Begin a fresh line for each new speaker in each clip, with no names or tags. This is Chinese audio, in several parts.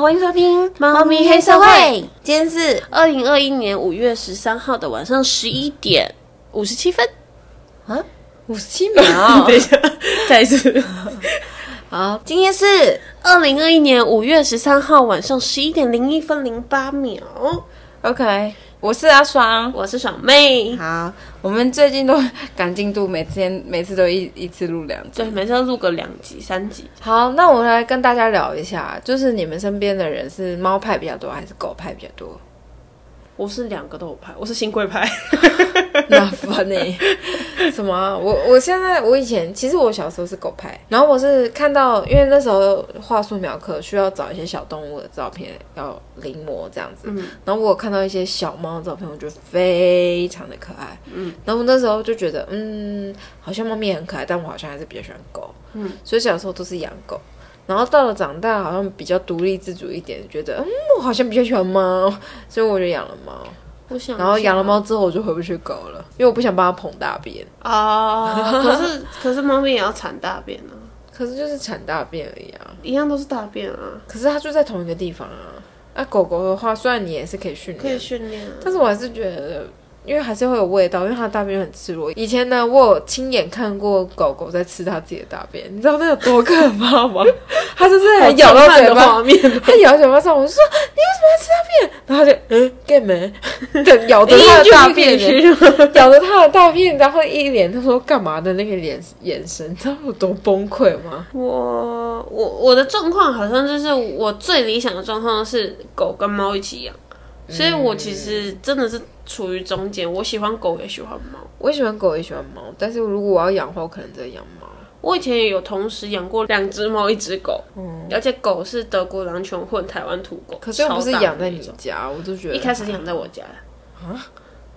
欢迎收听《猫咪黑社会》，今天是二零二一年五月十三号的晚上十一点五十七分。
啊， 五十七秒
等一下，再一次。
好，今天是
二零二一年五月十三号晚上十一点零一分零八秒，
OK，我是阿双。
我是爽妹。
好，我们最近都赶进度，每天每次都一一次录两集。
对，每次都录个两集、三集。
好，那我来跟大家聊一下，就是你们身边的人是猫派比较多还是狗派比较 多？
我是两个都有拍，我是新 贵拍。
那烦呢？什么啊？我我现在我以前其实我小时候是狗派，然后我是看到，因为那时候画素描课需要找一些小动物的照片要临摹这样子，然后我有看到一些小猫的照片，我觉得非常的可爱，嗯，然后我那时候就觉得，嗯，好像猫咪也很可爱，但我好像还是比较喜欢狗，嗯，所以小时候都是养狗。然后到了长大，好像比较独立自主一点，觉得嗯，我好像比较喜欢猫， 所以我就养了猫。
我想，
然后养了猫之后，我就回不去狗了，因为我不想帮它捧大便。
啊、可是可是猫咪也要产大便啊，
可是就是产大便而已啊，
一样都是大便啊，
可是它就在同一个地方啊。那、狗狗的话，虽然你也是可以训
可以
练，
训练啊。
但是我还是觉得，因为还是会有味道，因为它的大便很赤裸。以前呢，我有亲眼看过狗狗在吃它自己的大便，你知道那有多可怕 吗？它就是
好
很咬到
震撼
嘴
的
巴，
画面，
它咬到嘴巴上，我就说你为什么要吃大便？然后它就嗯，干嘛？就咬着它的大便欸呢。 咬着他的大便，然后一脸他说干嘛的那个脸眼神，你知道有多崩溃吗？
我我我的状况好像就是我最理想的状况是狗跟猫一起养，
嗯
所以我其实真的是处于中间，我喜欢狗也喜欢猫。
我也喜欢狗，也喜欢猫，但是如果我要养的话，我可能真的养猫。
我以前也有同时养过两只猫，一只狗，而且狗是德国狼犬混台湾土狗，
嗯可是又不是
超大的
养在
那
你
种
家，我就觉得
一开始养在我家啊，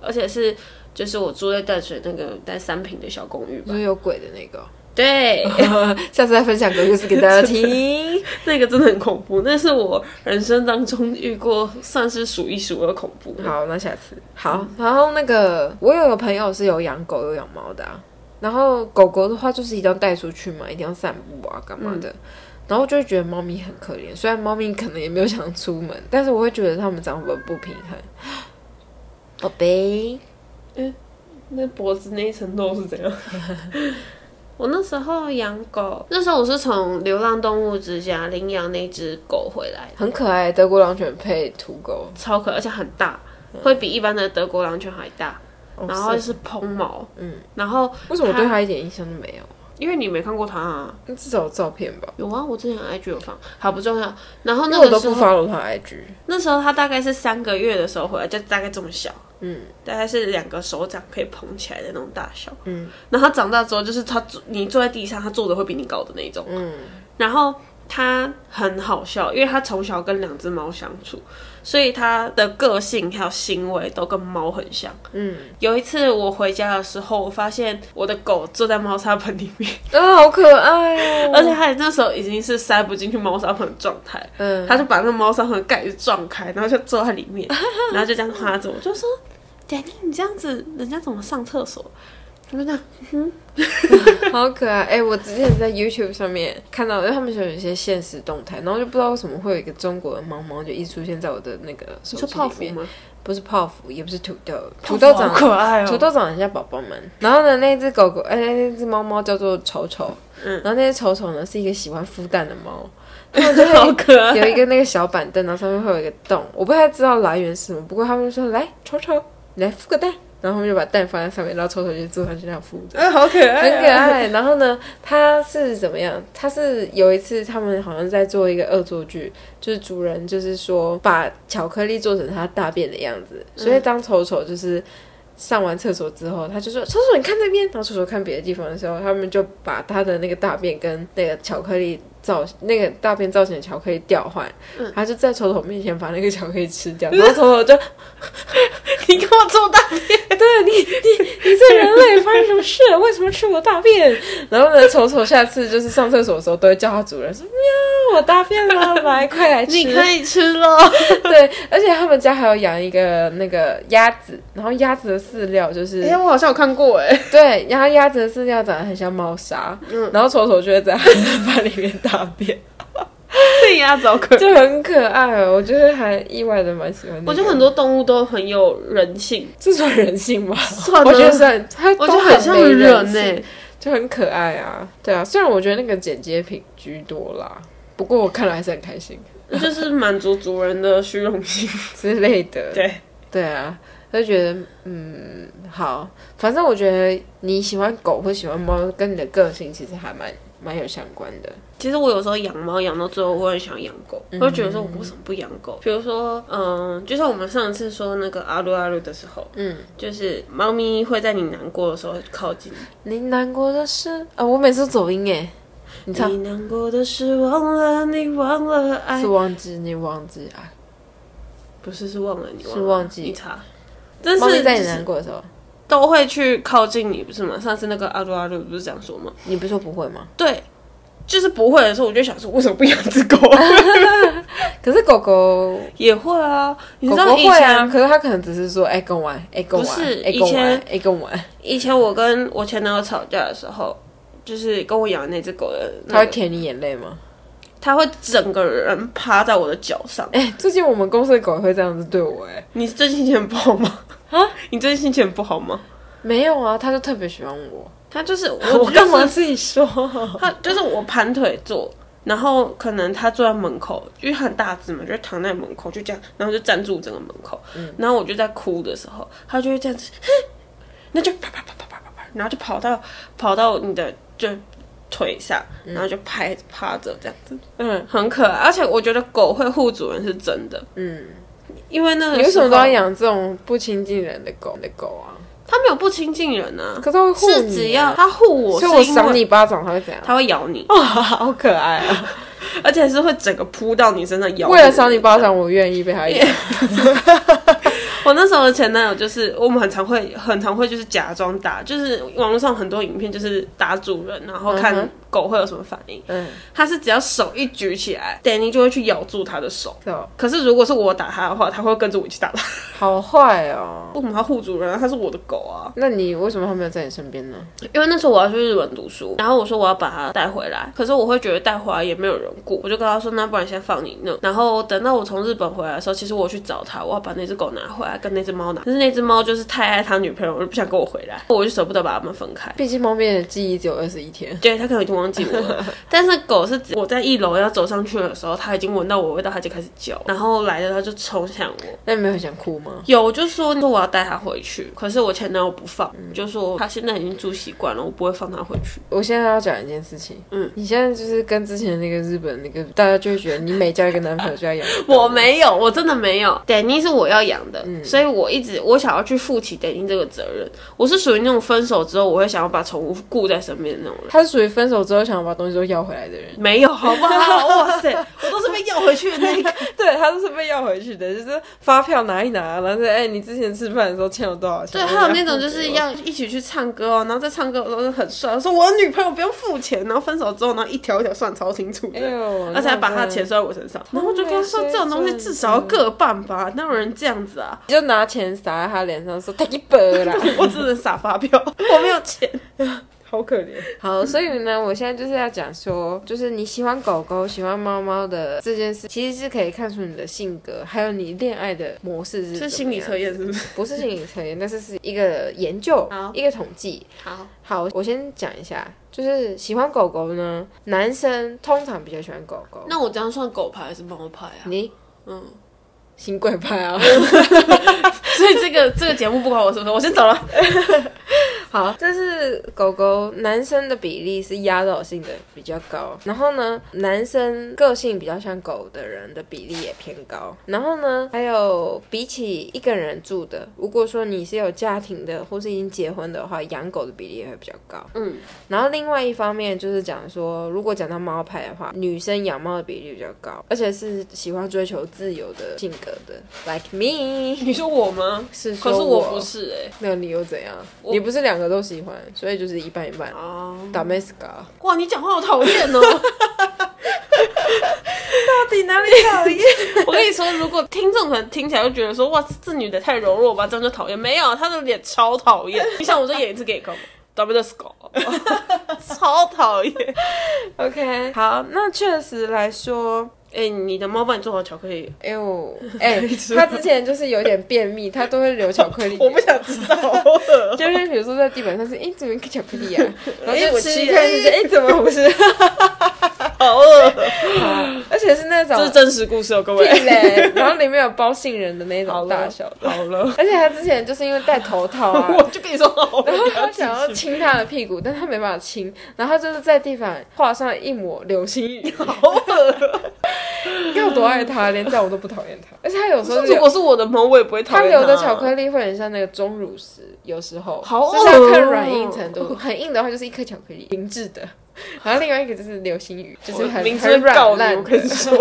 而且是就是我住在淡水那个带三平的小公寓
就
吧，
是有鬼的那个，
对，
下次再分享个故事给大家听。
那个真的很恐怖，那是我人生当中遇过算是数一数二恐怖的。
好，那下次好。然后那个我有个朋友是有养狗有养猫的、啊，然后狗狗的话就是一定要带出去嘛，一定要散步啊，干嘛的。然后就会觉得猫咪很可怜，虽然猫咪可能也没有想出门，但是我会觉得它们长得不平衡。 宝贝，
那脖子那一层肉是怎样？ 我那时候养狗，那时候我是从流浪动物之家领养那只狗回来，
很可爱，德国狼犬配土狗，
超可爱，而且很大，会比一般的德国狼犬还大。
哦
然后
是
嗯是蓬毛，
嗯，
然后
为什么我对它一点印象都没有？
因为你没看过它、啊，
那至少有照片吧，
有啊，我之前 IG 有放，好不重要。然后
因
那
为我
个
都
时
不
候，
follow 它 IG。
那时候它大概是三个月的时候回来，就大概这么小，
嗯，
大概是两个手掌可以捧起来的那种大小，
嗯，
然后它长大之后，就是它坐你坐在地上，它坐的会比你高的那种，
嗯，
然后它很好笑，因为它从小跟两只猫相处，所以它的个性还有行为都跟猫很像。
嗯，
有一次我回家的时候，我发现我的狗坐在猫砂盆里面，
啊，好可爱哦！
而且它那时候已经是塞不进去猫砂盆的状态，
嗯，
它就把那个猫砂盆盖子撞开，然后就坐在里 面，然后就这样趴着，我就说：“点妮，你这样子，人家怎么上厕所？”他就这样，
好可爱！哎、我之前在 YouTube 上面看到，因为他们有一些现实动态，然后就不知道为什么会有一个中国的猫猫就一直出现在我的那个手机
你说
里
泡芙
面
吗？
不是泡芙，也不是土豆，土
土
豆
豆
长
长可爱哦，
土豆长得像宝宝们。然后呢，那只狗狗，哎、那只猫猫叫做丑丑，
嗯
然后那只丑丑呢是一个喜欢孵蛋的猫，它们就
好
会
可爱，
有一个那个小板凳，然后上面会有一个洞，我不太知道来源是什么，不过他们就说来丑丑，你来孵个蛋，然后他们就把蛋放在上面，然后丑丑就坐上去那样孵。
哎，好可爱
很可爱。然后呢，他是怎么样？他是有一次他们好像在做一个恶作剧，就是主人就是说把巧克力做成他大便的样子，所以当丑丑就是。上完厕所之后，他就说：“丑丑，你看这边。”然后丑丑看别的地方的时候，他们就把他的那个大便跟那个巧克力造那个大便造型的巧克力调换，他就在丑丑面前把那个巧克力吃掉，然后丑丑就
你给我做大，
哎对你，你你这人类发生什么事？为什么吃我大便？然后呢，丑丑下次就是上厕所的时候，都会叫他主人说：“喵，我大便了，来，快来吃。”
你可以吃 了。
对，而且他们家还有养一个那个鸭子，然后鸭子的饲料就是、
哎、我好像有看过哎、
对，然后鸭子的饲
嗯
料长得很像猫砂，然后丑丑就会在它的饭里面大便。
压轴 客。
就很可爱哦，我觉得还意外的蛮喜欢、那
我觉得
个
很多动物都很有人性，
这算人性吗？
算了
我觉得算，它
哦啊我
都
觉得很像
没人
人欸呢、
性就很可爱啊。对啊，虽然我觉得那个剪接品居多啦，不过我看了还是很开心
那就是满足主人的虚荣心。
之类的。
对，
对啊，就觉得嗯好，反正我觉得你喜欢狗或喜欢猫，跟你的个性其实还蛮蛮有相关的。
其实我有时候养猫养到最后，我很想养狗，
嗯
我就觉得说我为什么不养狗？比如说，嗯，就像我们上次说那个阿鲁阿鲁的时候，
嗯，
就是猫咪会在你难过的时候靠近你。
你难过的是啊、我每次都走音哎，你唱
你难过的是忘了你，忘了爱
是，忘记你忘记啊，
不是是忘了你，
是忘记
你查。但
猫咪
是
在
就
你
是
难过的时候，
都会去靠近你，不是吗？上次那个阿鲁阿鲁不是这样说吗？
你不是说不会吗？
对，就是不会的时候，我就想说，为什么不养只狗？啊
可是狗狗
也会啊，你
狗
知
狗
道以
会啊，
前
可是它可能只是说哎跟我玩，哎跟我玩
不是，
哎跟
以
我玩
前，
哎跟我玩，
以前我跟我前男友吵架的时候，就是跟我养的那只狗的、那
它
个
会舔你眼泪吗？
它会整个人趴在我的脚上。
哎、最近我们公司的狗也会这样子对我哎、
你最近心情不好吗？啊，你最近心情不好吗？
没有啊，它就特别喜欢我，
它就是 我，
我干嘛？自己说？
它就是我盘腿坐。然后可能它坐在门口，因为它很大只嘛，就躺在门口，就这样，然后就站住整个门口。
嗯
然后我就在哭的时候，它就会这样子，哼那就啪啪啪啪啪啪啪，然后就跑到跑到你的就腿上，然后就拍趴着这样子。
嗯
很可爱，而且我觉得狗会护主人是真的，
嗯，
因为那
你
个
为什么
时候
都要？养这种不亲近人的狗的狗啊？
它没有不亲近人啊，
可是它会护你啊、
是只要它护我，
所以我
是因为
赏你哦巴掌，它会怎样？
它会咬你，
哇，好可爱啊！
而且是会整个扑到你身上 咬。
为了赏你，巴掌，我愿意被它咬。
我那时候的前男友就是我们很常会很常会就是假装打，就是网络上很多影片就是打主人，然后
嗯
看
哼
狗会有什么反应。
嗯，
他是只要手一举起来，Danny 就会去咬住他的手。
是哦，
可是如果是我打他的话，他会跟着我一起打他。
好坏哦。
为什么他护主人啊？他是我的狗啊。
那你为什么它没有在你身边呢？
因为那时候我要去日本读书，然后我说我要把它带回来，可是我会觉得带回来也没有人顾，我就跟他说，那不然先放你那。然后等到我从日本回来的时候，其实我去找他，我要把那只狗拿回来，跟那只猫拿，但是那只猫就是太爱他女朋友，我就不想跟我回来，我就舍不得把它们分开。
毕竟猫咪的记忆只有二十一天。
对，它可能已经忘记我了，但是狗是指我在一楼要走上去的时候，它已经闻到我味道，它就开始叫，然后来了它就冲向我，
那你没有很想哭吗？
有，我就说说我要带它回去，可是我前男友不放，嗯就说他现在已经住习惯了，我不会放它回去。
我现在要讲一件事情，嗯
嗯，
你现在就是跟之前那个日本那个，大家就会觉得你每交一个男朋友就要养一个狗
我没有，我真的没有。Danny 嗯是我要养的，所以我一直我想要去负起 Danny 这个责任。我是属于那种分手之后我会想要把宠物顾在身边的那种人。
他是属于分手之后想要把东西都要回来的人，
没有，好不 好？哇塞，我都是被要回去的那个。
对他都是被要回去的，就是发票拿一拿，然后说哎、你之前吃饭的时候欠我多少钱？
对，还有那种就是要一起去唱歌哦，然后在唱歌的时候就很帅，我说我的女朋友不用付钱，然后分手之后，然后一条一条算超清楚的
哎。呦，
而且还把他的钱算在我身上，然后我就跟他说：“
太没
这种东西
水
至少要
准
各半吧，哪有人这样子啊？
你就拿钱撒在他脸上说太一本啦，
我只能傻发票，我没有钱，好可怜。”
好，所以呢，我现在就是要讲说，就是你喜欢狗狗、喜欢猫猫的这件事，其实是可以看出你的性格，还有你恋爱的模式是
是
怎么
心理
样
测，验是不是？
不是心理测验，但是是一个研究
好，
一个统计。
好，
好，我先讲一下，就是喜欢狗狗呢，男生通常比较喜欢狗狗，
那我这样算狗牌还是猫牌啊？
你
嗯，
新贵派啊。
所以这个这个节目不管我是不是，我先走了。
好，这是狗狗男生的比例是压倒性的比较高，然后呢，男生个性比较像狗的人的比例也偏高，然后呢，还有比起一个人住的，如果说你是有家庭的或是已经结婚的话，养狗的比例也会比较高。
嗯，
然后另外一方面就是讲说，如果讲到猫派的话，女生养猫的比例比较高，而且是喜欢追求自由的性格的，like me。
你说我吗？
是
可
说
是
我
我不是哎、
那你又怎样？
我
你不是两个都喜欢，所以就是一半一半。
哦，
打 m a s c a
哇，你讲话好讨厌哦！
到底哪里讨 厌？
我跟你说，如果听众可能听起来就觉得说，哇，这女的太柔弱吧，这样就讨厌。没有，她的脸超讨厌。你想，我再演一次给你看吗 w S 狗， 超讨厌。
OK，好，那确实来说。哎、
哎、你的猫帮你做好巧克力，。
哎呦，哎、他之前就是有点便秘，他都会留巧克力
我不想知道， 好恶
就是比如说在地板上是，哎、怎么有一个巧克力啊？然后
哎
就
我
吃
吃
一看就觉得，哎、怎么不是？
好饿，
而且是那种
这是真实故事哦，各位。
屁嘞，然后里面有包杏仁的那
好
种
了
大小。
好了，
而且他之前就是因为戴头套啊，
我就跟你说好了
然后他想要亲他的屁股，但他没办法亲，然后他就是在地板画上一抹流星雨。
好恶。
你看我多爱他，连这样我都不讨厌他。而且他有时候
如
留
果是我的猫，我也不会讨
他
厌
留的巧克力会很像那个钟乳石，有时候
好
就是要看
恶哦
软硬程度，很硬的话就是一颗巧克力凝质的，然后另外一个就是流星雨，就是很
名字
很
会告
软
你，
烂
我跟
的。
你说，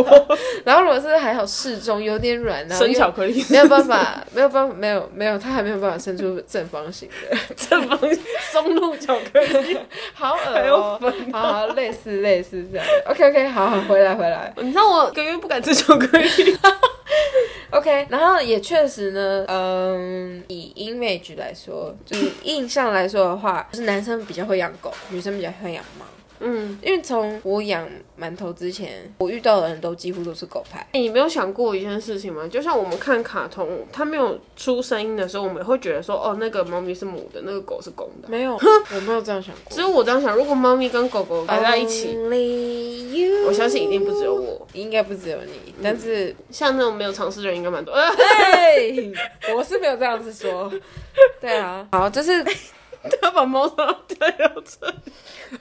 然后如果是还好适中，有点软， 然后
生
又
巧克力
没有办法，没有办法，没有没有，他还没有办法伸出正方形的，
正方形松露巧克力，
好恶
还
哦、
有粉。
好好，类似类似这样。OK OK，好好，回来回来。
你知道我一个月不敢吃巧克 力，
OK，然后也确实呢，嗯，以 image 来说，就是印象来说的 话，就是男生比较会养狗，女生比较会养猫。
嗯，
因为从我养馒头之前，我遇到的人都几乎都是狗派。
哎你没有想过一件事情吗？就像我们看卡通，它没有出声音的时候，我们也会觉得说，哦，那个猫咪是母的，那个狗是公的。
没有，我没有这样想过。
只有我这样想，如果猫咪跟狗狗摆在一起，
Only you
我相信一定不只有我。
应该不只有你，但是
像那种没有尝试的人应该蛮多。呃
嘿，我是没有这样子说。对啊，好，就是
他把猫砂带到这里，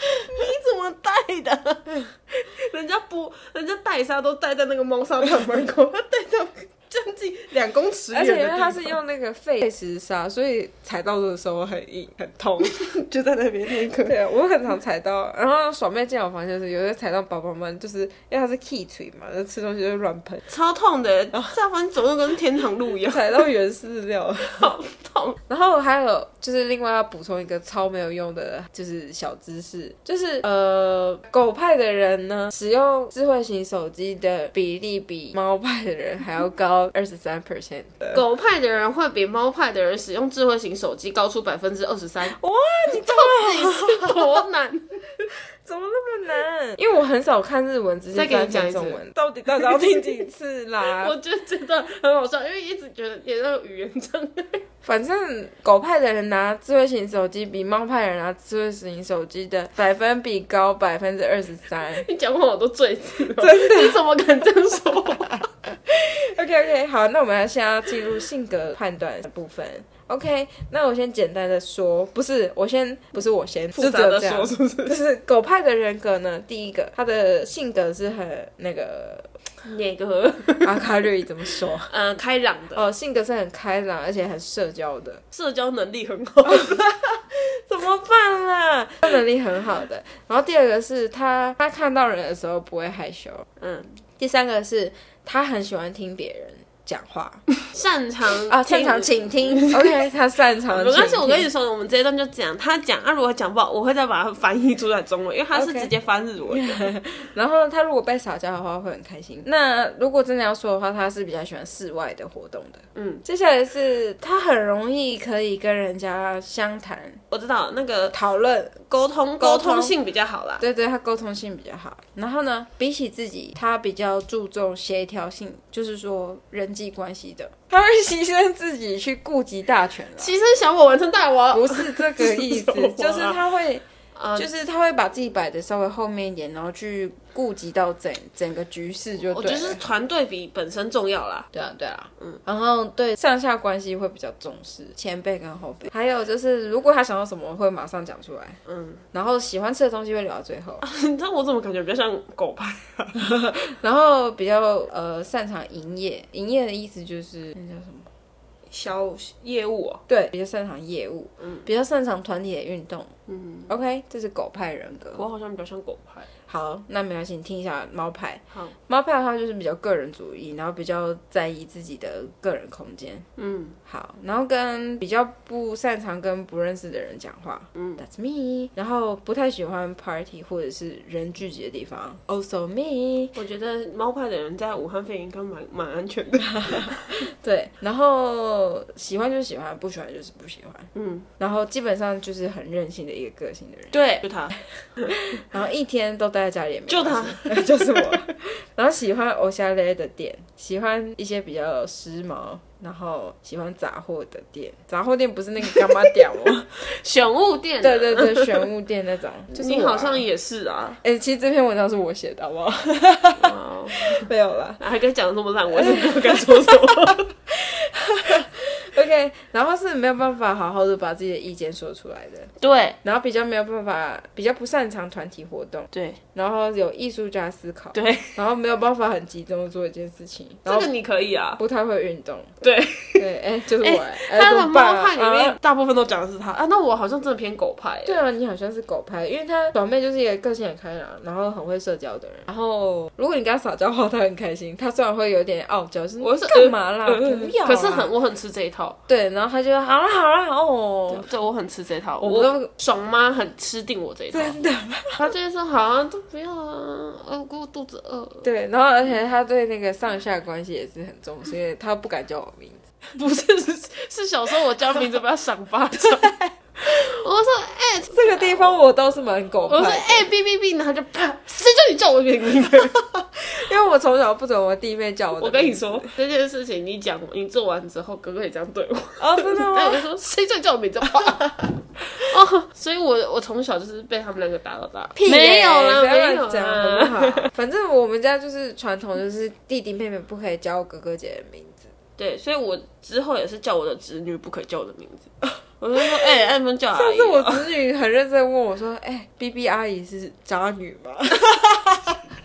你怎么带的？人家不，人家带沙都带在那个猫砂盆门口，他带到将近两公尺
而
远的
且
地
因为
方
它是用那个废石沙，所以踩到的时候很硬很痛。
就在那边那个。
对啊，我很常踩到。然后爽妹进我房间的时候，有时候踩到宝宝们，就是因为它是 key 腿嘛，就吃东西就乱喷，
超痛的，下方走路跟天堂路一样，
踩到原饲料。
好痛！
然后还有就是另外要补充一个超没有用的，就是小知识，就是呃，狗派的人呢，使用智慧型手机的比例比猫派的人还要高二十三 percent。
狗派的人会比猫派的人使用智慧型手机高出百分之二十三，
哇，你
到底是多难？
怎么那么难？因为我很少看日文，只是
再给你
翻
讲
成
一次
中文。到底大家要听几次啦
我？觉得真的很好笑，因为一直觉得也那个语言障碍。
反正狗派的人拿智慧型手机比猫派的人拿智慧型手机的百分比高百分之二十三。
你讲话我都醉字了，真的？你怎么敢这样说？
OK OK，好，那我们现在要进入性格判断的部分。OK，那我先简单的说，不是我先，不是我先，就只有这样。
不是？
就是狗派的人格呢，第一个，他的性格是很那个
那 个
阿卡瑞怎么说？
呃，开朗的，
哦，性格是很开朗，而且很社交 的。
社交能力很好，
怎么办
啊
啦？他能力很好的。然后第二个是他，他看到人的时候不会害羞。
嗯，
第三个是他很喜欢听别人讲话
擅长啊
啊，擅长。倾 听。OK，他擅长倾
嗯没
听。
关系，我跟你说，我们这一段就讲他讲，啊他、如果讲不好，我会再把它翻译出来中文，因为他是
OK
直接翻日文的。
然后他如果被撒娇的话会很开
嗯
心。那如果真的要说的话，他是比较喜欢室外的活动的。
嗯，
接下来是他很容易可以跟人家相谈
我知道那个
讨论，
沟通
沟
沟
通
通性比较好啦，
对对，他沟通性比较好。然后呢，比起自己，他比较注重协调性，就是说人际关系的，他会牺牲自己去顾及大权了。
牺牲小我完成大我，
不是这个意思
是什么啊，
就是他会，
呃，
就是他会把自己摆的稍微后面一点，然后去顾及到整整个局势就
我
对
觉
了。
得是团队比本身重要啦。
对啊，对啊，嗯，然后对上下关系会比较重视，前辈跟后辈，还有就是如果他想到什么会马上讲出来，
嗯，
然后喜欢吃的东西会留到最后，
你知道我怎么感觉比较像狗派？
然后比较呃擅长营业，营业的意思就是那叫什么？
小业务、哦，
对，比较擅长业务，比较擅长团体的运动，嗯，OK，这是狗派人格。
我好像比较像狗派。
好，那没关系，你听一下猫派。
好，
猫派的话就是比较个人主义，然后比较在意自己的个人空间。
嗯，
好，然后跟比较不擅长跟不认识的人讲话，嗯，That's me。然后不太喜欢 party 或者是人聚集的地方，Also me。
我觉得猫派的人在武汉肺炎应该蛮蛮安全的。
对，然后喜欢就喜欢，不喜欢就是不喜欢，
嗯，
然后基本上就是很任性的一个个性的人，
对，就他。
然后一天都待待在家里也没
就
关系， 就是我。然后喜欢欧夏类的店，喜欢一些比较时髦，然后喜欢杂货的店。杂货店不是那个干妈屌 哦，
选物店、
对，对对，玄物店那 种。就是
你
我啊
好像也是 啊，
哎、其实这篇文章是我写的，好不好？
哇哦
没有啦。
还跟讲得这么 烂，我真的不敢说什么。
OK，然后是没有办法好好的把自己的意见说出来的，
对
然后比较没有办法，比较不擅长团体活动，
对
然后有艺术家思考，
对，
然后没有办法很集中的做一件事情，然后
这个你可以啊。
不太会运动。
对
对，哎、就是我、哎哎
他
怎么
的呃猫
办啊
派里面
啊
大部分都讲的是他啊，那我好像真的偏狗派耶。欸
对啊，你好像是狗派，因为他表妹就是一个个性很开朗，然后很会社交的人。然后如果你跟他撒娇的话，他很开心。他虽然会有点傲娇，就是
我是
干嘛啦？
嗯
不要啊、
可是很我很吃这一套，
对，然后他就好啦好啦哦，
对我很吃这一套，
我
我
都
爽妈很吃定我这一套，
真的。
她就是说好像都不要啊，呃，我肚子饿，
对，然后而且他对那个上下关系也是很重视，因为他不敢叫我名字。
不是是 是小时候我叫名字被他赏巴掌， 我说哎、
这个地方我倒是蛮狗
我说
派，
哎哔哔哔，然后他就啪，谁叫你叫我名字？
因为我从小不准我弟妹叫我的。
我跟你，说这件事情，你讲你做完之后，哥哥也这样对我，
哦，真的
然后
吗
我？就说谁叫你叫我名字？哇 哦，所以我我从小就是被他们两个打到大，
屁嘞
没有啦，
不要
没
乱
有
讲
啦，
好不好？反正我们家就是传统，就是弟弟妹妹不可以叫哥哥姐姐的名字。
对，所以我之后也是叫我的侄女不可以叫我的名字，我就说，哎、哎，你们叫阿
上
姨
次我
啊、
侄女很认真问我说：“哎、b B 阿姨是渣女吗？”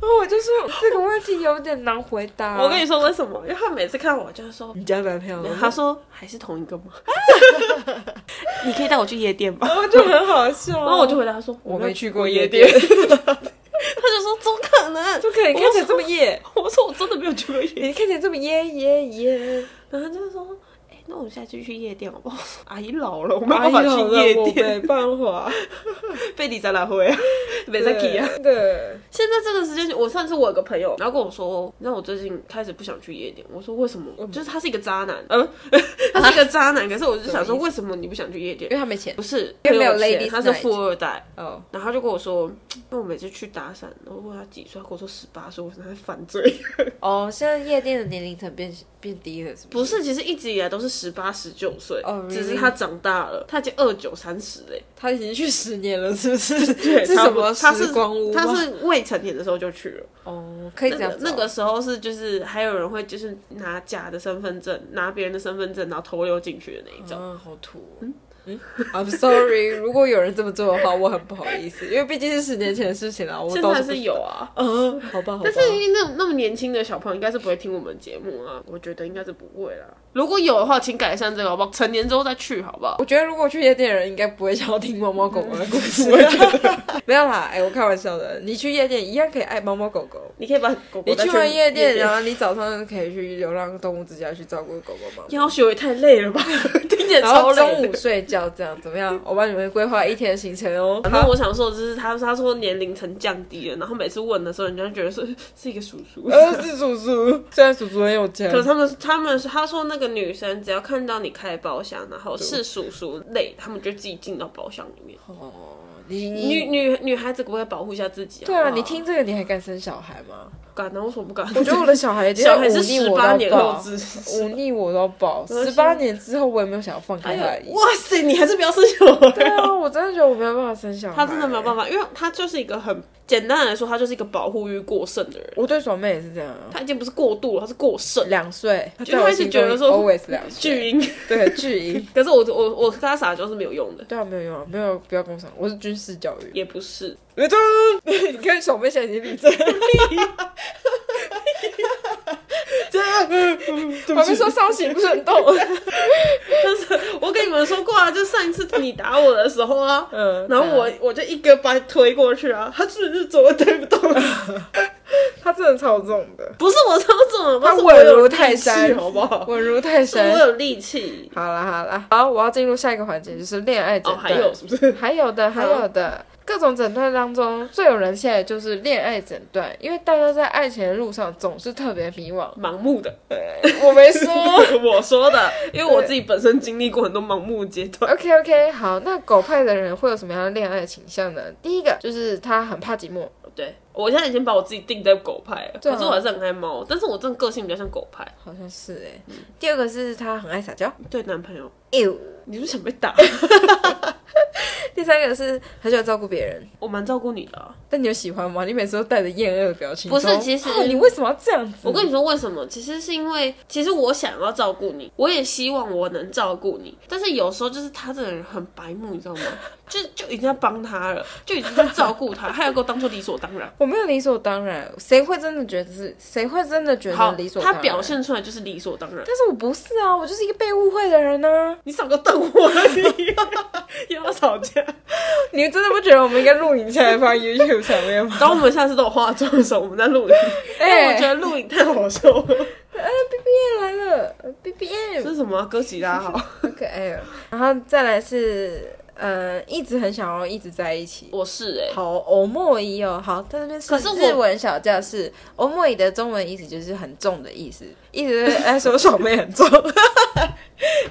然后我就说这个问题有点难回答。
我跟你说为什么？因为她每次看我就是 说，
你交男朋友了吗
她说还是同一个吗？ 你可以带我去夜店吗？
我哦就很好笑、
然后我就回答说，
我
没有
没去过夜店，
她就说怎么可能？
不可以看起来这么夜，
我说我真的没有去过夜店，
你看起来这么夜夜夜，
然后她就说。哎，那我们下次去夜店好 不好？我说阿姨老了，我没
哎
有办
呦，
法去夜
我
店，
没办法，
被你咱俩回啊，没在去啊。
对对，
现在这个时间，我上次我有个朋友，然后跟我说，你知道我最近开始不想去夜店。我说为什么？就是他是一个渣男， 呃，他是一个渣男。可是我就想说，为什么你不想去夜
因为
店？
他没钱
不是，
因为没有
钱
ladies
他是
night
富二 代。
哦，
然后他就跟我说，因为我每次去搭讪，然后问他几岁，他跟我说十八岁，我现在犯罪。
哦，现在夜店的年龄层变变低了，是不
不
是？
是，其实一直以来都是十八、十九岁
哦，really？
只是他长大了，他已经二九、三十嘞。
他已经去十年了，是不是？
对，
是
差
什
不多
么
他是
时光屋吗？
他是未成年的时候就去了。
哦，可以
那
这样
个
子哦
那个时候是就是还有人会就是拿假的身份证，拿别人的身份证然后偷溜进去的那一种。
嗯，好土哦。嗯 I'm sorry，如果有人这么做的话，我很不好意思，因为毕竟是十年前的事情了。我
现在
倒
还
不
嗯是有啊，
嗯，好吧，好吧。
但是因为那那么年轻的小朋友应该是不会听我们节目啊，我觉得应该是不会啦。如果有的话，请改善这个好不好？成年之后再去好不好？
我觉得如果去夜店的人，应该不会想要听猫猫狗狗的故事。 没有啦，哎、我开玩笑的。你去夜店一样可以爱猫猫狗狗。
你可以把狗狗
你
带
去完夜店，
店啊
然后你早上可以去流浪动物之家去照顾狗狗猫猫，
要求也太累了吧， 听起来
然
超
后
累
中
的
午。睡觉，这样怎么 样？我帮你们规划一天的行程 哦。
然后我想说，就是他他说年龄层降低了，然后每次问的时候，人家觉得是是一个叔叔。
呃，是叔叔，虽然叔叔很有钱
可，是他们他们他说那个女生只要看到你开包厢，然后是叔叔累，他们就自己进到包厢里面。
哦你
女
你
女女孩子不会保护一下自己
对啊，
好不好
你听这个你还敢生小孩吗？
敢啊？为什么不敢？
我觉得我的小孩已经
小孩
忤
是
逆
十
我
八
到
年后
爆，
之。
忤逆我到爆。
关系
十八年之后，我也没有想要放
哎
开他的
呦，
意思。
哇塞！你还是不要生小
对
孩。
啊，我真的觉得我没有办法生小孩，
他真的没有办。法，因为他就是一个很简单来说，他就是一个保护欲过剩的人。
我对爽妹也是这样啊，
他已经不是过度了，他是过剩。
两岁，
就
在我
会一直
心
觉得
中
说
always 两岁，
巨婴。
对巨婴。
可是我我我跟他撒娇是没有用的，
对啊，没有用啊，没有不要工伤，我是军事教育。
也不是。
立正， 你看爽妹现在已经立正，
这样，
我还没说稍息不 准动。
我跟你们说过啊，就上一次你打我的时候啊，
嗯
然后我我就一个把他推过去啊，他真的是怎么推不动，
它真的超重的，
不是我超重的，
它
不是我
稳
有
如
力
泰
气
山
好不好？
稳如泰
是我
山。
有力气。
好啦好啦，好，我要进入下一个环节，就是恋爱诊
哦，
断。
还有是不是？。
还有的，还有的，各种诊断当中最有人现在就是恋爱诊断，因为大家在爱情的路上总是特别迷惘
盲目的，
我没说。
我说的， 因为我自己本身经历过很多盲目的阶段。
OK OK，好，那狗派的人会有什么样的恋爱倾向呢？第一个就是他很怕寂寞，
对，我现在已经把我自己定在狗派了，
对啊
可是我还是很爱猫，但是我真的个性比较像狗派。
好像是哎、
嗯
第二个是他很爱撒娇，
对男朋友，
哎呦。
你是不是想被 打？
第三个是很喜欢照顾别人，
我蛮照顾你的啊、
但你有喜欢吗？你每次都带着厌恶的表情，
不是
说
其实
哦你为什么要这样子？
我跟你说为什么？其实是因为，其实我想要照顾你，我也希望我能照顾你，但是有时候就是他这个人很白目，你知道吗？ 就就已经在帮他了，就已经在照顾他，他要给我当做理所当然。
我没有理所当然，谁会真的觉得是？谁会真的觉
好
得理，所当
他
然？
表，现出来就是理所当然。
但是我不是啊，我就是一个被误会的人啊呢、
你少个瞪我而 已，又要吵架。
你真的不觉得我们应该录影下来放 YouTube 上面吗？
等我们下次都有化妆的时候，我们再 录影。因为
哎
我觉得录影太好笑了。
，BBM 来了，BBM
这是什么啊、哥吉拉好。
好可爱哦。然后再来是，呃，一直很想要一直在一起。
我是哎、
好欧莫伊哦，好，在那边
可是我
日文小教室，欧莫伊的中文意思就是很重的意思，一直在说爽妹很重，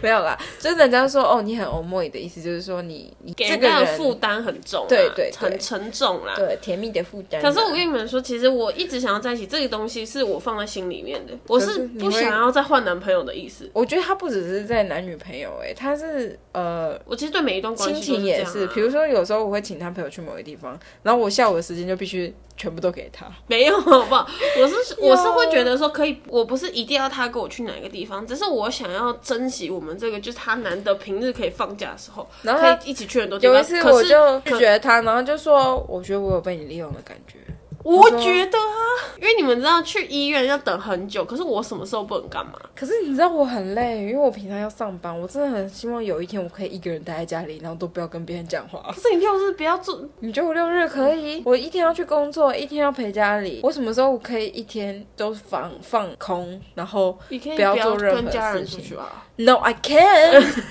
没有啦，就是人家说哦你很欧莫伊的意思就是说你你
给
这
人
个
家的
人
负担很重、啊，
对对对
很沉重啦。
对甜蜜的负担啊。
可是我跟你们说，其实我一直想要在一起，这个东西是我放在心里面的，我
可
是
是你
不
会
想要再换男朋友的意思。
我觉得他不只是在男女朋友、欸，他是呃
我其实对每一段关
亲
系
情
都
也
这样啊
是。比如说有时候我会请他陪我去某个地方，然后我下午的时间就必须全部都给他。
没有好不好？ 我是
啊
我是会觉得说可以，我不是一定要他跟我去哪一个地方，只是我想要珍惜我们这个，就是他难得平日可以放假的时候，
然后
可
他
以一起去很多地
啊有
方。
一次
可
我
是
就拒
可
绝他，然后就说我觉得我有被你利用的感觉。
我
说
觉得啊，因为你们知道去医院要等很久，可是我什么时候不能干嘛？
可是你知道我很累，因为我平常要上班，我真的很希望有一天我可以一个人待在家里，然后都不要跟别人讲话
可。是你就是不要做，
你觉得我六日可以？我一天要去工作，一天要陪家里，我什么时候可以一天都放放空？然后
你可以
不要
要
做任何
跟家人
事
出
情
去啊。
No, I can't 。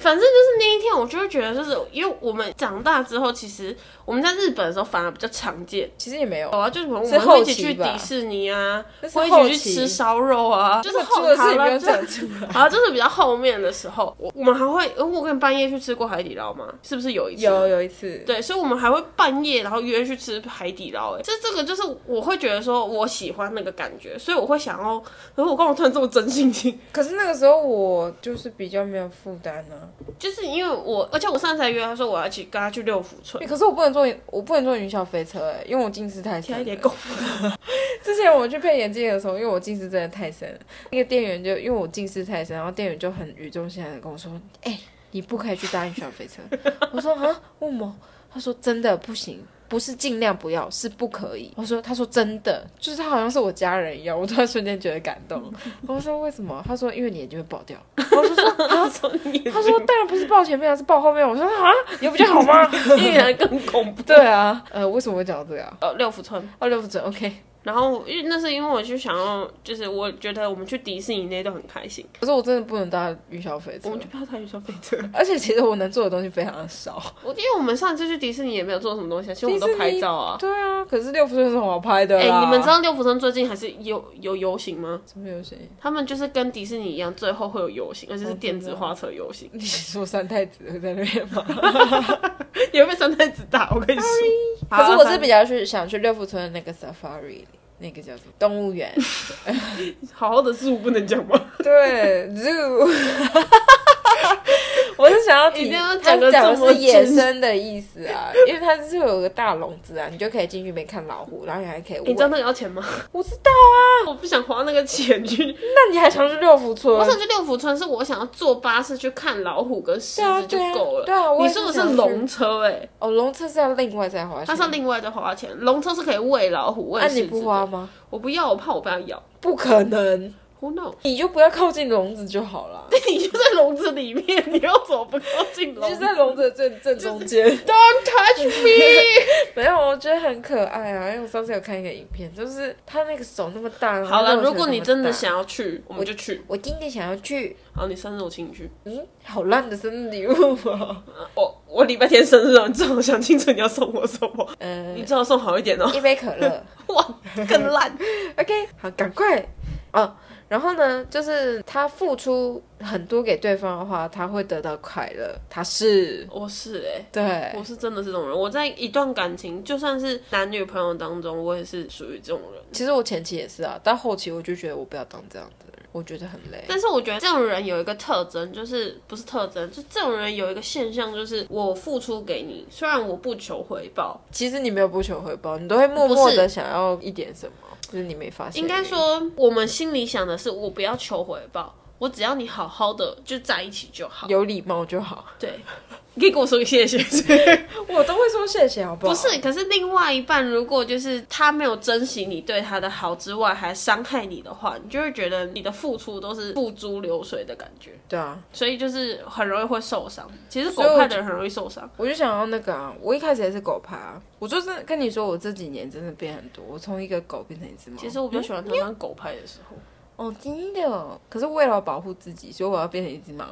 反正就是那一天，我就会觉得，就是因为我们长大之后，其实我们在日本的时候反而比较常见。
其实也没有
有，啊，就是我
是
们会
后
一
期
起去
吧
迪士尼啊，
那是
会
后
一起去
期
吃烧肉 啊，就是
这
后
个事
台
情不
啦，
用
就是
讲出来。
好，就是比较后面的时候，我我们还会，呃我跟你半夜去吃过海底捞吗？是不是有一次？
有有一次，
对，所以我们还会半夜然后约去吃海底捞，哎，这这个就是我会觉得说我喜欢那个感觉，所以我会想要，可是我跟我突然这么真性情，
可是那个时候我就是比较没有负担啊呢。
就是因为我，而且我上次还约他说我要去跟他去六福村，
欸可是我不能坐，我不能坐云霄飞车哎、因为我近视太深
天
了
一。点狗，
之前我去配眼镜的时候，因为我近视真的太深了，那个店员就因为我近视太深，然后店员就很语重心长的跟我说：“哎、你不可以去搭云霄飞车。” 我说：“啊，为什么？”他说：“真的不行，不是尽量不要，是不可以。”我说：“他说真的，就是他好像是我家人一样。”我突然瞬间觉得感 动。我说：“为什么？”他说：“因为你眼睛会爆掉。”我就说：“啊。”
说你
他说：“当然不是爆前面啊，是爆后面。”我说：“啊， 有比较好吗。
竟然更恐 怖？”
对啊，呃，为什么会讲到这个啊？
呃，六福村，
哦，六不准，OK。
然后因为那是因为我就想要，就是我觉得我们去迪士尼那段很开心，
可是我真的不能搭云霄飞车，
我们就不要参与消费者。
而且其实我能做的东西非常的 少。
我因为我们上次去迪士尼也没有做什么东西啊，其实我们都拍照啊。
对啊，可是六福村有什么好拍的啦？
哎、你们知道六福村最近还是有有游行吗？
什么游戏？
他们就是跟迪士尼一样，最后会有游行，而且是电子花车游行，
你说三太子会在那边 吗？
也会被三太子打。我跟你说，
可是我是
比
比较去想去六福村的那个 safari，那个叫做动物园，
好好的事物不能讲吗？
对 zoo。我是想要
一
体
定要，
他
讲得
讲的
这么
是野
真
生的意思啊，因为它是有个大笼子啊，你就可以进去里面看老虎，然后你还可以
你知道
喂。
那个要钱吗？
我知道，
我不想花那个钱去。
那你还想去六福村？
我想去六福村，是我想要坐巴士去看老虎跟狮
对啊
子就够了。
对啊对啊我
你
也
说的
是
是
想去
龙车哎、
哦，笼车是要另外再花钱，
它是要另外再花钱。龙车是可以喂老虎、喂
那、
狮
啊你
子的。
不花吗？
我不要，我怕我被它咬。
不可能，
Who knows？
你就不要靠近笼子就好了，
你就在笼子里面，你又怎么不靠近
你
笼
就
子
在笼子的正正中间。
？Don't touch me！
没有，我觉得很可爱啊，因为我上次有看一个影片，就是他那个手那么大。然后
好了，
肉球
如果你真的
那么
想要去，我们就去
大，。我今天想要去，
好，你生日我请你去。
嗯，好烂的生日礼物啊，
我我礼拜天生日，你最好想清楚你要送我什么，
呃
你，最好送好一 点哦。
一杯可乐。
哇，更烂。
OK，好，赶快哦。然后呢，就是他付出很多给对方的话，他会得到快乐。他是
我是哎、
对，
我是真的是这种人。我在一段感情，就算是男女朋友当中，我也是属于这种人。
其实我前期也是啊，到后期我就觉得我不要当这样子的人，我觉得很累。
但是我觉得这种人有一个特征，就是不是特征，就这种人有一个现象，就是我付出给你，虽然我不求回报，
其实你没有不求回报，你都会默默的想要一点什么，就是你没发现。
应该，说我们心里想的是，我不要求回报，我只要你好好的就在一起就好。
有礼貌就好。
对，你可以跟我说个谢谢。
我都会说谢谢，好不好？
不是，可是另外一半如果就是他没有珍惜你对他的好之外，还伤害你的话，你就会觉得你的付出都是付诸流水的感觉，
对啊，
所以就是很容易会受伤。其实狗
所以我
派的人很容易受伤。
我就想要那个啊，我一开始也是狗爬、啊，我就是跟你说，我这几年真的变很多，我从一个狗变成一只猫。
其实我比较喜欢他当狗派的时候。
哦，真的哦，可是为了保护自己，所以我要变成一只猫。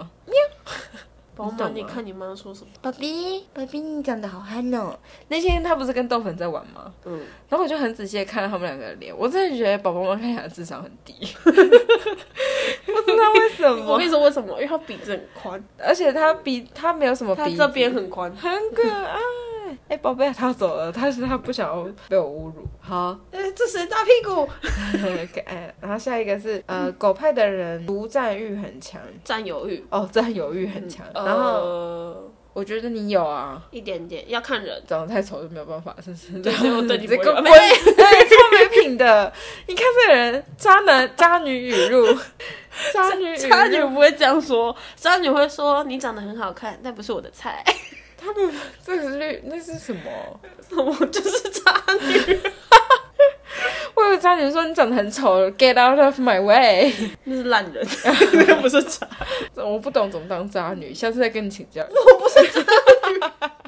宝
你
妈，
懂吗
你看你妈说什么？
爸比，爸比，你长得好憨哦！那天他不是跟豆粉在玩吗？
嗯，
然后我就很仔细的看了他们两个的脸，我真的觉得宝宝妈看起来智商很低， 不知道为什
我
么
跟。你说为什么？因为他鼻子很宽，
而且他鼻，他没有什么
他
鼻，
这边很宽。
很可爱。哎、宝贝，他走了，但是他不想要被我侮辱。 好，
哎、这谁大屁股？
可爱。然后下一个是呃，狗派的人独占欲很强，
占有欲。
哦，占有欲很强。
嗯
然后
呃，
我觉得你有啊，
一点点要看 人。
长得太丑就没有办法，哦是不是？
对所以我对你
这
不
个
会
滚， 对，超没品的。 你看这个人，渣男、渣女语录， 渣女语
渣女
录，
不会这样说，渣女会说你长得很好看，但不是我的菜。
这个是绿，那是什么？
我就是渣女。
我有渣女说你长得很丑，Get out of my way。
那是烂人， 那不是渣。
我不懂怎么当渣女，下次再跟你请 教。
我不是渣，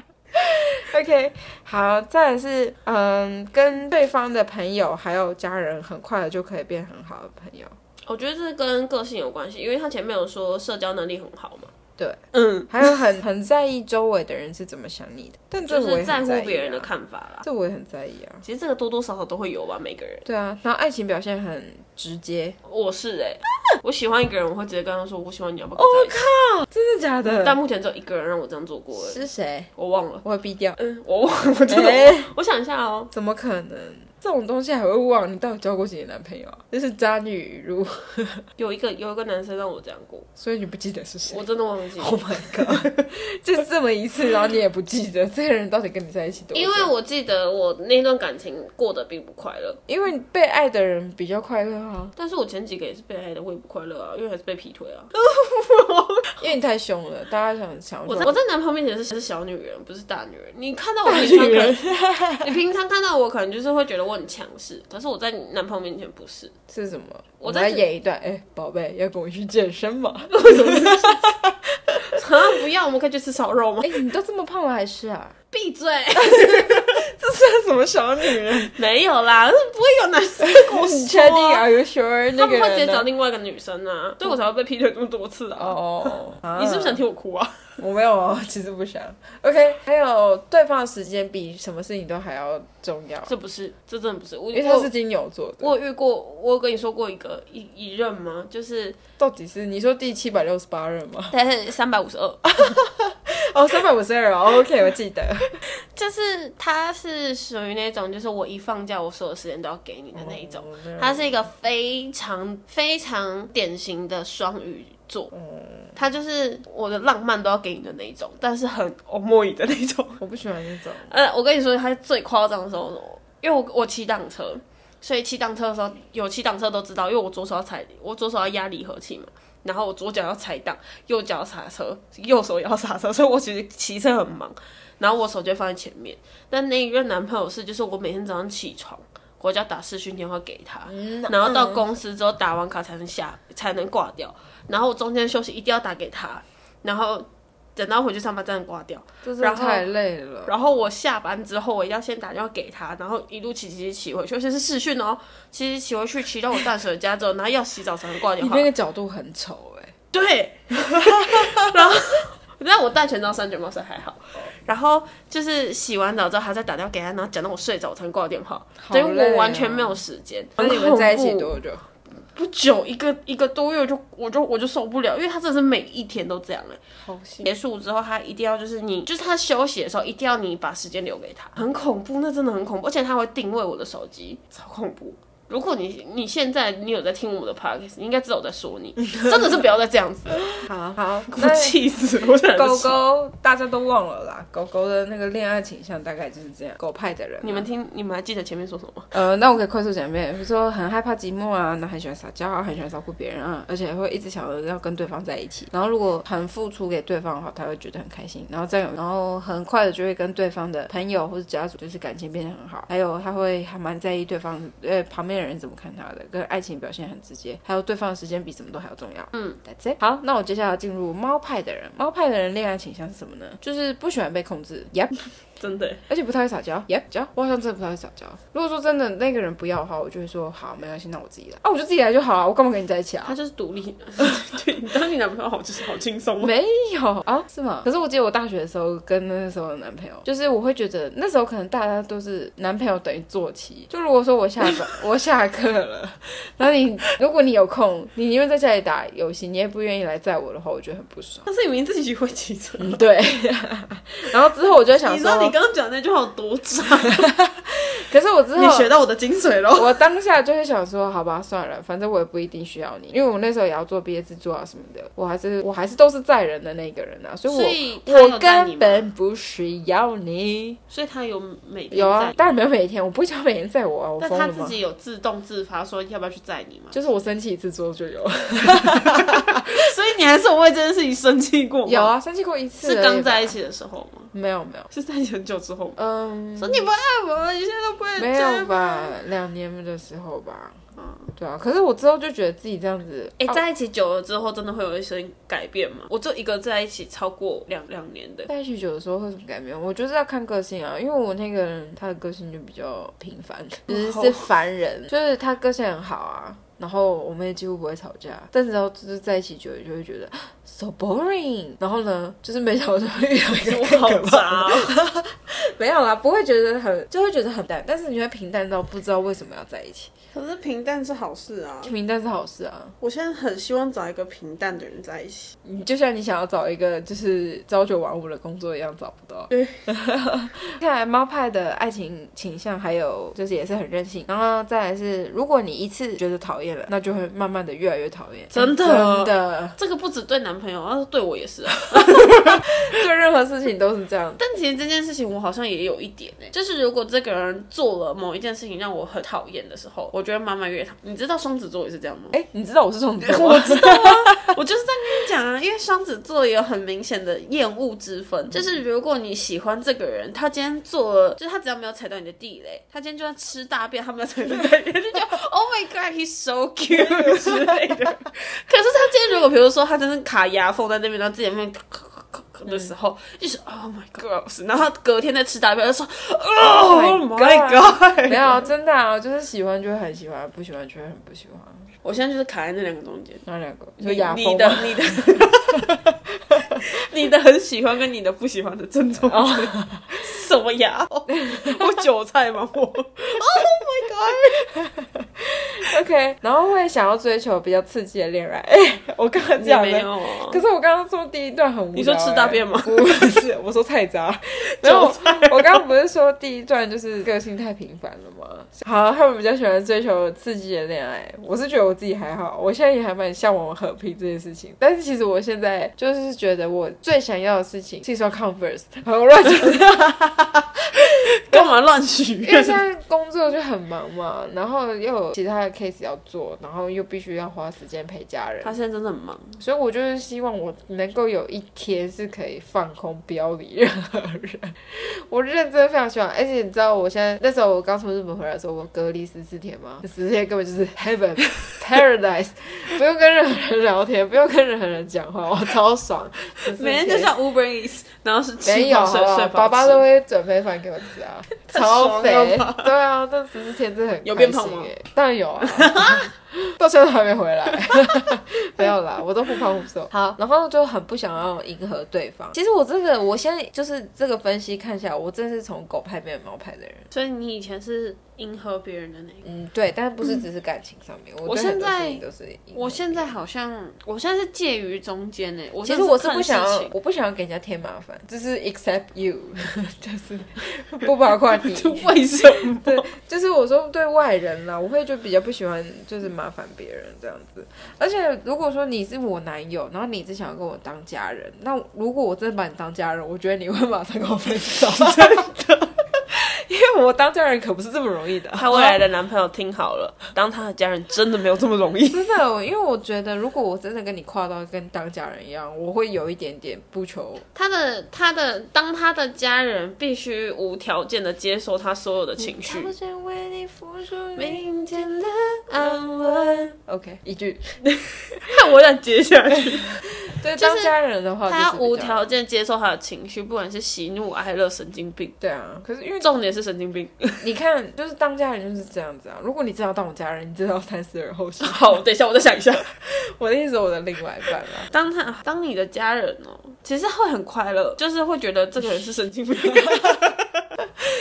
OK，好，再来是嗯，跟对方的朋友还有家人，很快的就可以变很好的朋友。
我觉得这跟个性有关系，因为他前面有说社交能力很好嘛。
对，
嗯，
还有很 很在意周围的人是怎么想你的，但这
就
我也
是
很
在
在意
乎别人的
啊，
看法啦。
这我也很在意啊。
其实这个多多少少都会有吧，每个人。
对啊，然后爱情表现很直接，
我是哎、我喜欢一个人，我会直接跟他说我喜欢你，要不要
哦
跟我在一起？
真的假的？
但目前只有一个人让我这样做过、欸，
是谁？
我忘了。
我会逼掉。
嗯，我忘了，我真的忘了。
哎
我想一下哦，
怎么可能？这种东西还会忘？你到底交过几个男朋友啊？这是渣女语录，
有一个有一个男生让我这样过，
所以你不记得是谁
我真的忘记了。
？Oh my god！就这么一次，然后你也不记得这个人到底跟你在一起多久？
因为我记得我那段感情过得并不快乐，
因为被爱的人比较快乐啊，
但是我前几个也是被爱的，我也不快乐啊，因为还是被劈腿啊。
因为你太凶了，大家想想
我
说
在我在男朋友面前是是小女人，不是大女人。你看到我平常可能，你平常看到我可能就是会觉得我很强势，可是我在男朋友面前不是。
是什么？
我
我
在
来演一段，哎、宝贝，要跟我去健身吗？
啊，不要，我们可以去吃烧肉吗？
哎、你都这么胖了还吃啊？
闭嘴！
这算什么小女 人？
没有啦，不会 有男生跟我说、
你确定
啊？
？Are you sure？
他
那个
们会直接
人
找
呢？
另外一个女生啊，所以我才会被劈腿这么多次啊。
哦，啊
你是不是想听我哭啊？
我没有哦， 其实不想。OK，还有对方的时间比什么事情都还要重要，
这不是，这真的不是。我
啊因为他是金牛座的。
我有遇过，我有跟你说过一个一一任吗？ 就是
到底是你说第七百六十八任吗？
他是三百五十
啊
二，
哦，三百五十二哦。OK，我记得。
就是他是属于那种，就是我一放假，我所有时间都要给你的那一种。
哦没有
他是一个非常非常典型的双鱼座，
哦
他就是我的浪漫都要给你的那一种，但是很欧莫伊的那种。
我不喜欢那种。
呃，我跟你说，他最夸张的时候，因为我我骑挡车，所以骑挡车的时候有骑挡车都知道，因为我左手要踩，我左手要压离合器嘛，然后我左脚要踩档，右脚要刹车，右手也要刹车，所以我其实骑车很忙，然后我手就会放在前面。但那一任男朋友是，就是我每天早上起床。国家打视讯电话给他，
嗯
然后到公司之后打完卡才能下才能挂掉，然后我中间休息一定要打给他，然后等到回去上班再能挂掉。
这真的太累了。
然后我下班之后，我一定要先打电话给他，然后一路骑骑骑骑回去，而且是视讯哦，骑骑骑回去，骑到我淡水的家之后，然后要洗澡才能挂电
你
话
那。个角度很丑哎、
对， 然后但我戴全罩三卷帽，所以还好。
哦
然后就是洗完澡之后，还在打电话给他，然后讲到我睡着，我才能挂电话，
好
等于
累
我
哦
完全没有时间。
那你
很
们
恐
在一起
怖
多久？
不久，一个一个多月我就我就我就受不了，因为他真的是每一天都这样哎、
好幸
结束之后，他一定要就是你，就是他休息的时候，一定要你把时间留给他，很恐怖，那真的很恐怖，而且他会定位我的手机，超恐怖。如果你你现在你有在听我们的 podcast，你应该知道我在说 你，真的是不要再这 样子了，
好好，
我气死我！真的
狗
是，
狗大家都忘了啦，狗狗的那个恋爱倾向大概就是这样，狗派的人啊、
你们听，你们还记得前面说什么吗？
呃，那我可以快速讲一遍，比如说很害怕寂寞啊，那很喜欢撒娇啊，很喜欢照顾别人啊，而且会一直想着要跟对方在一起。然后如果很付出给对方的话，他会觉得很开心。然后再有，然后很快的就会跟对方的朋友或者家属就是感情变得很好。还有他会还蛮在意对方呃旁边的人怎么看他的，跟爱情表现很直接。还有对方的时间比什么都还要重要。嗯，That's it。好，那我接下来进入猫派的人。猫派的人恋爱倾向是什么呢？就是不喜欢被控制。Yep。
真的，
而且不太会撒娇，耶、娇，我好像真的不太会撒娇。如果说真的那个人不要的话，我就会说好，没关系，那我自己来啊，我就自己来就好啊，我干嘛跟你在一起啊
他？就是独立， 对你当你男朋友好就是好轻松哦，
没有啊，是吗？ 可是我记得我大学的时候跟那时候的男朋友，就是我会觉得那时候可能大家都是男朋友等于坐骑。就如果说我下 班我下课了，然后你如果你有空，你宁愿在家里打游戏，你也不愿意来载我的话，我觉得很不爽。
但是你明明自己会骑车。
嗯，对。 然后之后我就想
你知道
说
你，刚刚讲那句话有多渣？
可是我之后
你学到我的精髓喽。
我当下就会想说，好吧，算了，反正我也不一定需要你，因为我那时候也要做毕业制作啊什么的，我还是我还是都是在人的那个人啊，所以我
所以他有
我
带你
根
吗
本不需要你。
所以他有每天
有啊
载，
当然没有每天，我不想每天载我啊，我
但
疯
他
了
自
吗？
己有自动自发说要不要去载你吗？
就是我生气一次之后就有，
所以你还是有为这件事情生气过吗？
有 啊，生气过一次而已
是
吧，
刚在一起的时候吗？
没有没有，
是在一起很久之后 吗？
嗯，
说你不爱我了，你现在都不会
没有
这样嗯
吧？两年的时候吧，对啊，可是我之后就觉得自己这样子，
哎、
啊
在一起久了之后，真的会有一些改变吗？我就一个在一起超过两两年 的，
在一起久的时候会有什么改变？我就是要看个性啊，因为我那个人他的个性就比较平 凡，就是
哦
是凡人，就是他个性很好啊。然后我们也几乎不会吵架，但是然后就是在一起久了就会觉得 so boring。然后呢，就是没想到就会遇到一
我
个
好
更可怕
渣、哦。
的，没有啦，不会觉得很，就会觉得很淡，但是你会平淡到不知道为什么要在一起。
可是平淡是好事啊！
平淡是好事啊，
我现在很希望找一个平淡的人在一起。
你就像你想要找一个就是朝九晚五的工作一样，找不到。对， 看来猫派的爱情倾向还有就是也是很任性，然后再来是，如果你一次觉得讨厌了，那就会慢慢的越来越讨厌。
真的
真 的，
这个不只对男朋友，而是对我也是啊。
对任何事情都是这 样。
但其实这件事情我好像也有一点呢、就是如果这个人做了某一件事情让我很讨厌的时候，我就会慢慢越讨。你知道双子座也是这样吗？
哎，你知道我是 双子座吗
我知道啊， 我就是在跟你讲啊，因为双子座也有很明显的厌恶之分，就是如果你喜欢这个人，他今天做了，就是他只要没有踩到你的地雷，他今天就算吃大便，他没有踩到你 的地雷，就觉得 Oh my God, he's so cute 之类的。可是他今天如果比如说他真的卡牙缝在那边，然后自己在那边咳咳咳咳的时候，
嗯
就是 Oh my God，然后他隔天再吃大便，就说 Oh
Oh my
God。
没有，真的啊，就是喜欢就会很喜欢，不喜欢就会很不喜欢。
我现在就是卡在那两个中间。
那两个？你
你
说牙
你
缝
的
吗？
你的你的很喜欢跟你的不喜欢的正中间，什么牙？ 我韭菜吗？我
OK，然后会想要追求比较刺激的恋爱。 哎，我刚刚
你
讲
没
的
有啊，
可是我刚刚说第一段很无聊、
你说吃大便吗
欸不是，我说菜 渣。然后我我刚刚不是说第一段就是个性太平凡了吗？好，他们比较喜欢追求刺激的恋爱。我是觉得我自己还好，我现在也还蛮向往和平这件事情。但是其实我现在就是觉得我最想要的事情是一双 Converse，好 我乱讲，
干嘛乱许
因为
愿
现？在工作就很忙嘛，然后又有有其他的 case 要做，然后又必须要花时间陪家人，
他现在真的很忙，
所以我就是希望我能够有一天是可以放空，不要理任何人。我认真非常喜欢，而且你知道我现在那时候我刚从日本回来的时候，我隔离十四天 嘛，十四天根本就是 heaven paradise，不用跟任何人聊天，不用跟任何人讲话，我超爽。14
每天就像 Uber Eats，然后是吃
没有
饱
好
睡
不好
睡
爸
饱
爸
吃
都会准备饭给我吃啊，
太
超
爽
肥
了。
对啊，那十四天真的很
有
开
变胖
心
吗
耶？当然有啊， 到现在都还没回来。 没有啦，我都不胖不瘦。好，然后就很不想要迎合对方。其实我这个，我现在就是这个分析看下来，我真是从狗派变成猫派的人。
所以你以前是迎合别人的那个。
嗯，对，但不是只是感情上面，我
嗯我
对
现
很多事
在
情都是迎合
我现在好像，我现在是介于中间呢。我
其
现
实
在
我是
看
不想
事
要
情，
我不想要给人家添麻烦，就是 except you，就是不包括 你。
为什么？
就是我说对外人啦，我会就比较不喜欢就是麻烦别人这样子。而且如果说你是我男友，然后你只想要跟我当家人，那如果我真的把你当家人，我觉得你会马上跟我分 手，真的。因为我当家人可不是这么容易的。啊
她未来的男朋友听好了，当她的家人真的没有这么容易。
真的，因为我觉得如果我真的跟你跨到跟当家人一样，我会有一点点不求
她的她的，当她的家人必须无条件的接受她所有的情绪。
超想为你付出你
明天的安稳，
OK，一句。
看我想接下 去。
对，当家人的话就是
她
比较
无条件接受她的情绪，不管是喜怒哀乐、神经病，
对啊，可是因为
重点是神经病。
你看，就是当家人就是这样子啊。如果你真的要当我家人，你真的要三思而后行。
好，等一下我再想一下。
我的意思，我的另外一半啊啦。
当他当你的家人哦，其实会很快乐，就是会觉得这个人是神经 病。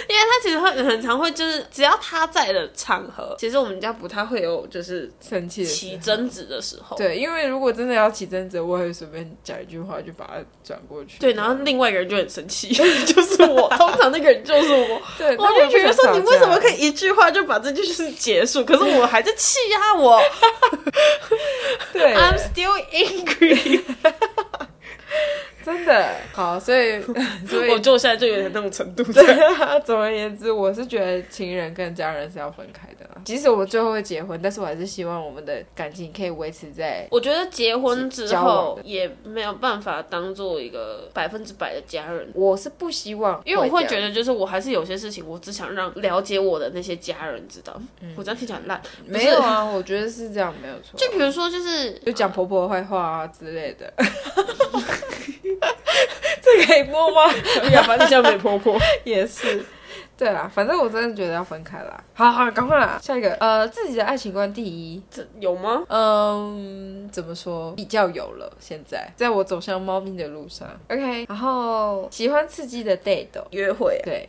因为他其实会很常会，就是只要他在的场合，其实我们家不太会有就是
生气的时候
起争执的时候。
对，因为如果真的要起争执，我也会随便讲一句话就把它转过去。
对，然后另外一个人就很生气， 就是我。通常那个人就是 我，
对，
我就觉得说你为什么可
以？
以一句话就把这件事结束？可是我还在气啊，我
对，
I'm still angry。
真的好，所 以所
我
以
就现在就有点那种程度在。
对啊， 总而言之，我是觉得情人跟家人是要分开的啊啦。即使我们最后会结婚，但是我还是希望我们的感情可以维持在
我觉得结婚之
交往
后
的
也没有办法当做一个百分之百的家人，
我是不希望，
因为我会
得。
觉得就是我还是有些事情，我只想让了解我的那些家人知道。我这样听起来很烂，不
没
是
有啊，我觉得是这样，没有错。
就比如说就是。
就讲婆婆坏话啊之类的。 这可以摸吗？
要不然像美婆婆，
也是。对啦，反正我真的觉得要分开啦。好好，赶快啦，下一个。呃，自己的爱情观第一。
这 有吗？
嗯，怎么说？比较有了。现在，在我走向猫咪的路上。OK，然后喜欢刺激的 date。哦
约会啊，
对，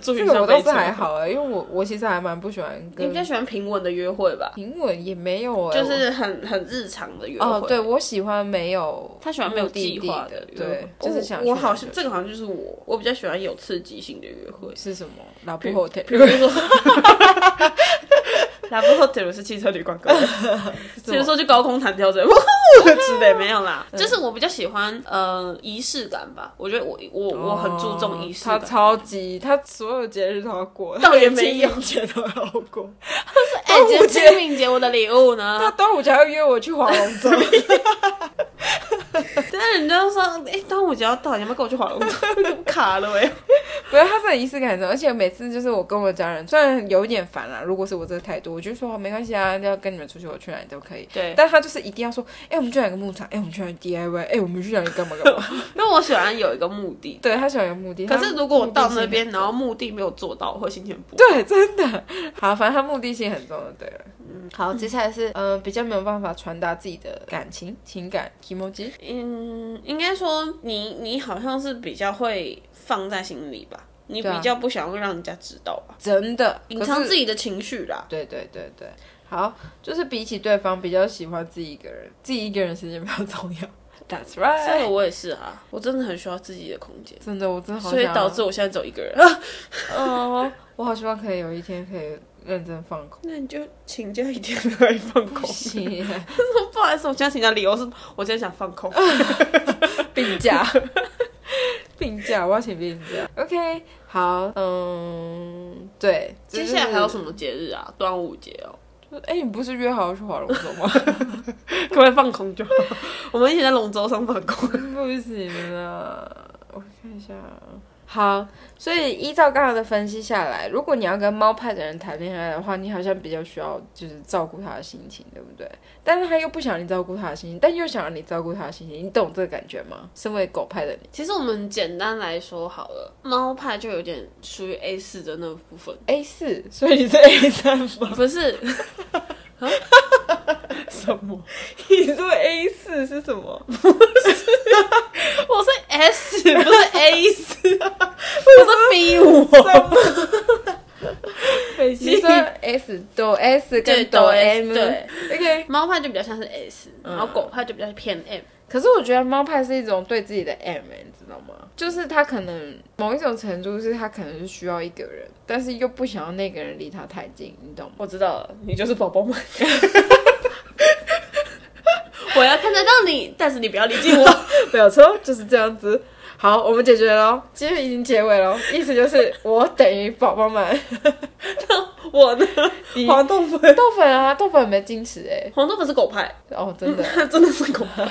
注
这
意
个我
像
倒
没
是
车
还，好哎、因为我我其实还蛮不喜欢
你
跟
比较喜欢平稳的约会吧？
平稳也没有哎、
就是很很日常的约会。
哦，对，我喜欢没有
他喜欢没有
目的
计
地
划
的
约会
对，就是想
我我
去
好
哪
像
就
这个好像就是我，我比较喜欢有刺激性的约 会。
是什么？老婆后腿
比如说， 拉布后腿是汽车旅馆歌， 比如说去高空弹跳这之类，没有啦。
嗯
就是我比较喜欢呃仪式感吧，我觉得我我我很注重仪式
哦他
感。
超级，他所有节日都要过，
倒 也
他
没
连
有
清
啊
明节都要 过，
哎，今天清明节我的礼物
他
呢？
端午节要约我去划龙 舟，
但是人家就说，哎，端午节要到，你要不要跟我去划龙舟？卡 了喂，
不是他这仪式感很重，而且哎每次就是我跟我家人，虽然有一点烦啦，如果是我这个态度，我就说哦没关系啊，要跟你们出去，我去哪里都可以。
对，
但他就是一定要说，哎、我们去哪个牧场？哎、我们去哪里 DIY？哎、我们去哪里干嘛干 嘛？。
因为我喜欢有一个目的
对他喜欢有目的，
可
他
是如果我
目的
到
性
那
很
边，然
重
后目的没有做到，我会心情不
对，真的好，反正他目的性很重就对了。嗯，好，接下来是嗯、呃比较没有办法传达自己的感情、情感、emoji。
嗯，应该说你你好像是比较会放在心里吧，你
对啊
比较不想要让人家知道吧，
真的
隐藏自
己。
己的情绪啦。
对对对对，好，就是比起对方，比较喜欢自己一个人，自己一个人时间比较重要。That's
这
right。
个我也是啊，我真的很需要自己的空间，
真的，我真的好
所以
想
导
要
致我现在走一个人。 啊
哦，我好希望可以有一天可以认真放空。
那你就请假一天来放
不
空。
行，
不好意思，我现在请假理由是我今天想放空。
病 假，病假，我要请病假。OK，好，嗯，对，
接下来还有
么？
什么节日啊？端午节哦，
说哎、你不是约好要去划龙舟吗？
可不可以放空就好？ 我们一起在龙舟上放空。
不行啊，我看一下啊。好，所以依照刚刚的分析下来，如果你要跟猫派的人谈恋爱的话，你好像比较需要就是照顾他的心情，对不对？但是他又不想你照顾他的心情，但又想让你照顾他的心情，你懂这个感觉吗？身为狗派的你
其实我们简单来说好了，猫派就有点属于 A 四的那部分，
，A 四，所以你是 A 三吗？
不是？ 什么？
你说 A 四是什么？
我是 S，不是 A 四，我是 B 五。
北
极
极说 S 抖 S
对
跟抖
抖嗯 S，
M
对
OK。
猫派就比较像是 S，然后狗派就比较偏 M。
可是我觉得猫派是一种对自己的 M，、你知道吗？就是他可能某一种程度是他可能是需要一个人，但是又不想要那个人离他太近，你懂吗？
我知道了，你就是宝宝们。 我要看得到你，但是你不要离近我。
没有错，就是这样子。好，我们解决喽，今天已经结尾喽，意思就是我等于宝宝们
我呢？
你
黄豆粉，
豆粉啊，豆粉有没有矜持哎、
黄豆粉是狗派，
哦，真的，
真的是狗派。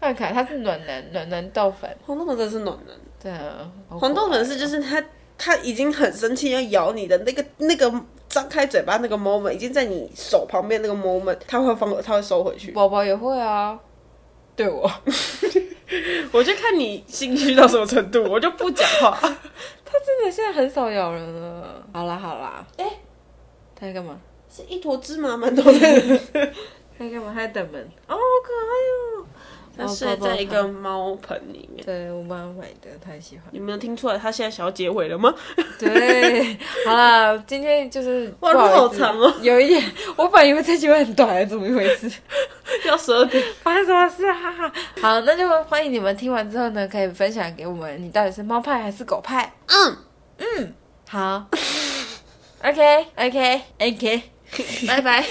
看看他是暖男，暖男豆粉，
黄豆粉真的是暖男。
对啊，好
黄豆
可爱
粉是就是他他已经很生气要咬你的那个那个张开嘴巴那个 moment，已经在你手旁边那个 moment，他会放他会收回去。
宝宝也会啊，对我。
我就看你心虚到什么程度，我就不讲话。
真的现在很少咬人了。好啦好啦，哎、他在干嘛？
是一坨芝麻馒头 在那里，
他在干嘛？他在等门。哦，好可爱哦。
他睡在一个猫盆里面。
对我帮他买的，他很喜欢。
你没有听出来他现在想要结尾了吗？
对，好啦，今天就是
哇
不
路
好
好
意思
长哦，
有一点，我本来以为这集会很短，怎么一回事？
要十二点。
发生什么事啊？哈哈。好，那就欢迎你们听完之后呢，可以分享给我们，你到底是猫派还是狗派？
嗯，
好，OK OK OK，拜 拜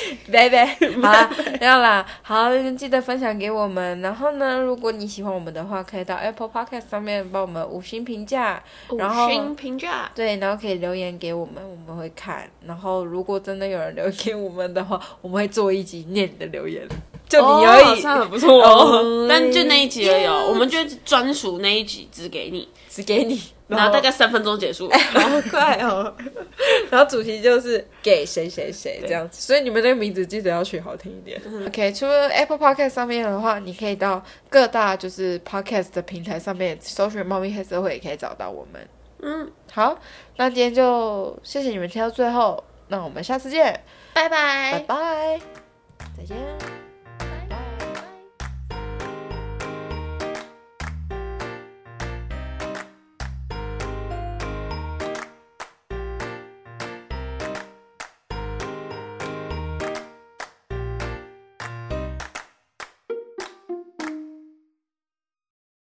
拜拜， 好啦，不要啦，好，记得分享给我们。然后呢，如果你喜欢我们的话，可以到 Apple Podcast 上面帮我们五星评价，然后
五星评价。
对，然后可以留言给我们，我们会看。然后如果真的有人留言给我们的话，我们会做一集念你的留言，就你而
好
已，
像很不错哦
哦，
但就那一集而已哦，我们就专属那一集只给你，
只给你。
然后大概三分钟结 束。
好快哦！然后主题就是给谁谁谁这样子，嗯所以你们那个名字记得要取好听一点。OK，除了 Apple Podcast 上面的话，你可以到各大就是 Podcast 的平台上面搜寻“猫咪黑社会”，也可以找到我们。
嗯，
好，那今天就谢谢你们听到最后，那我们下次见，
拜
拜
拜。
拜，再见。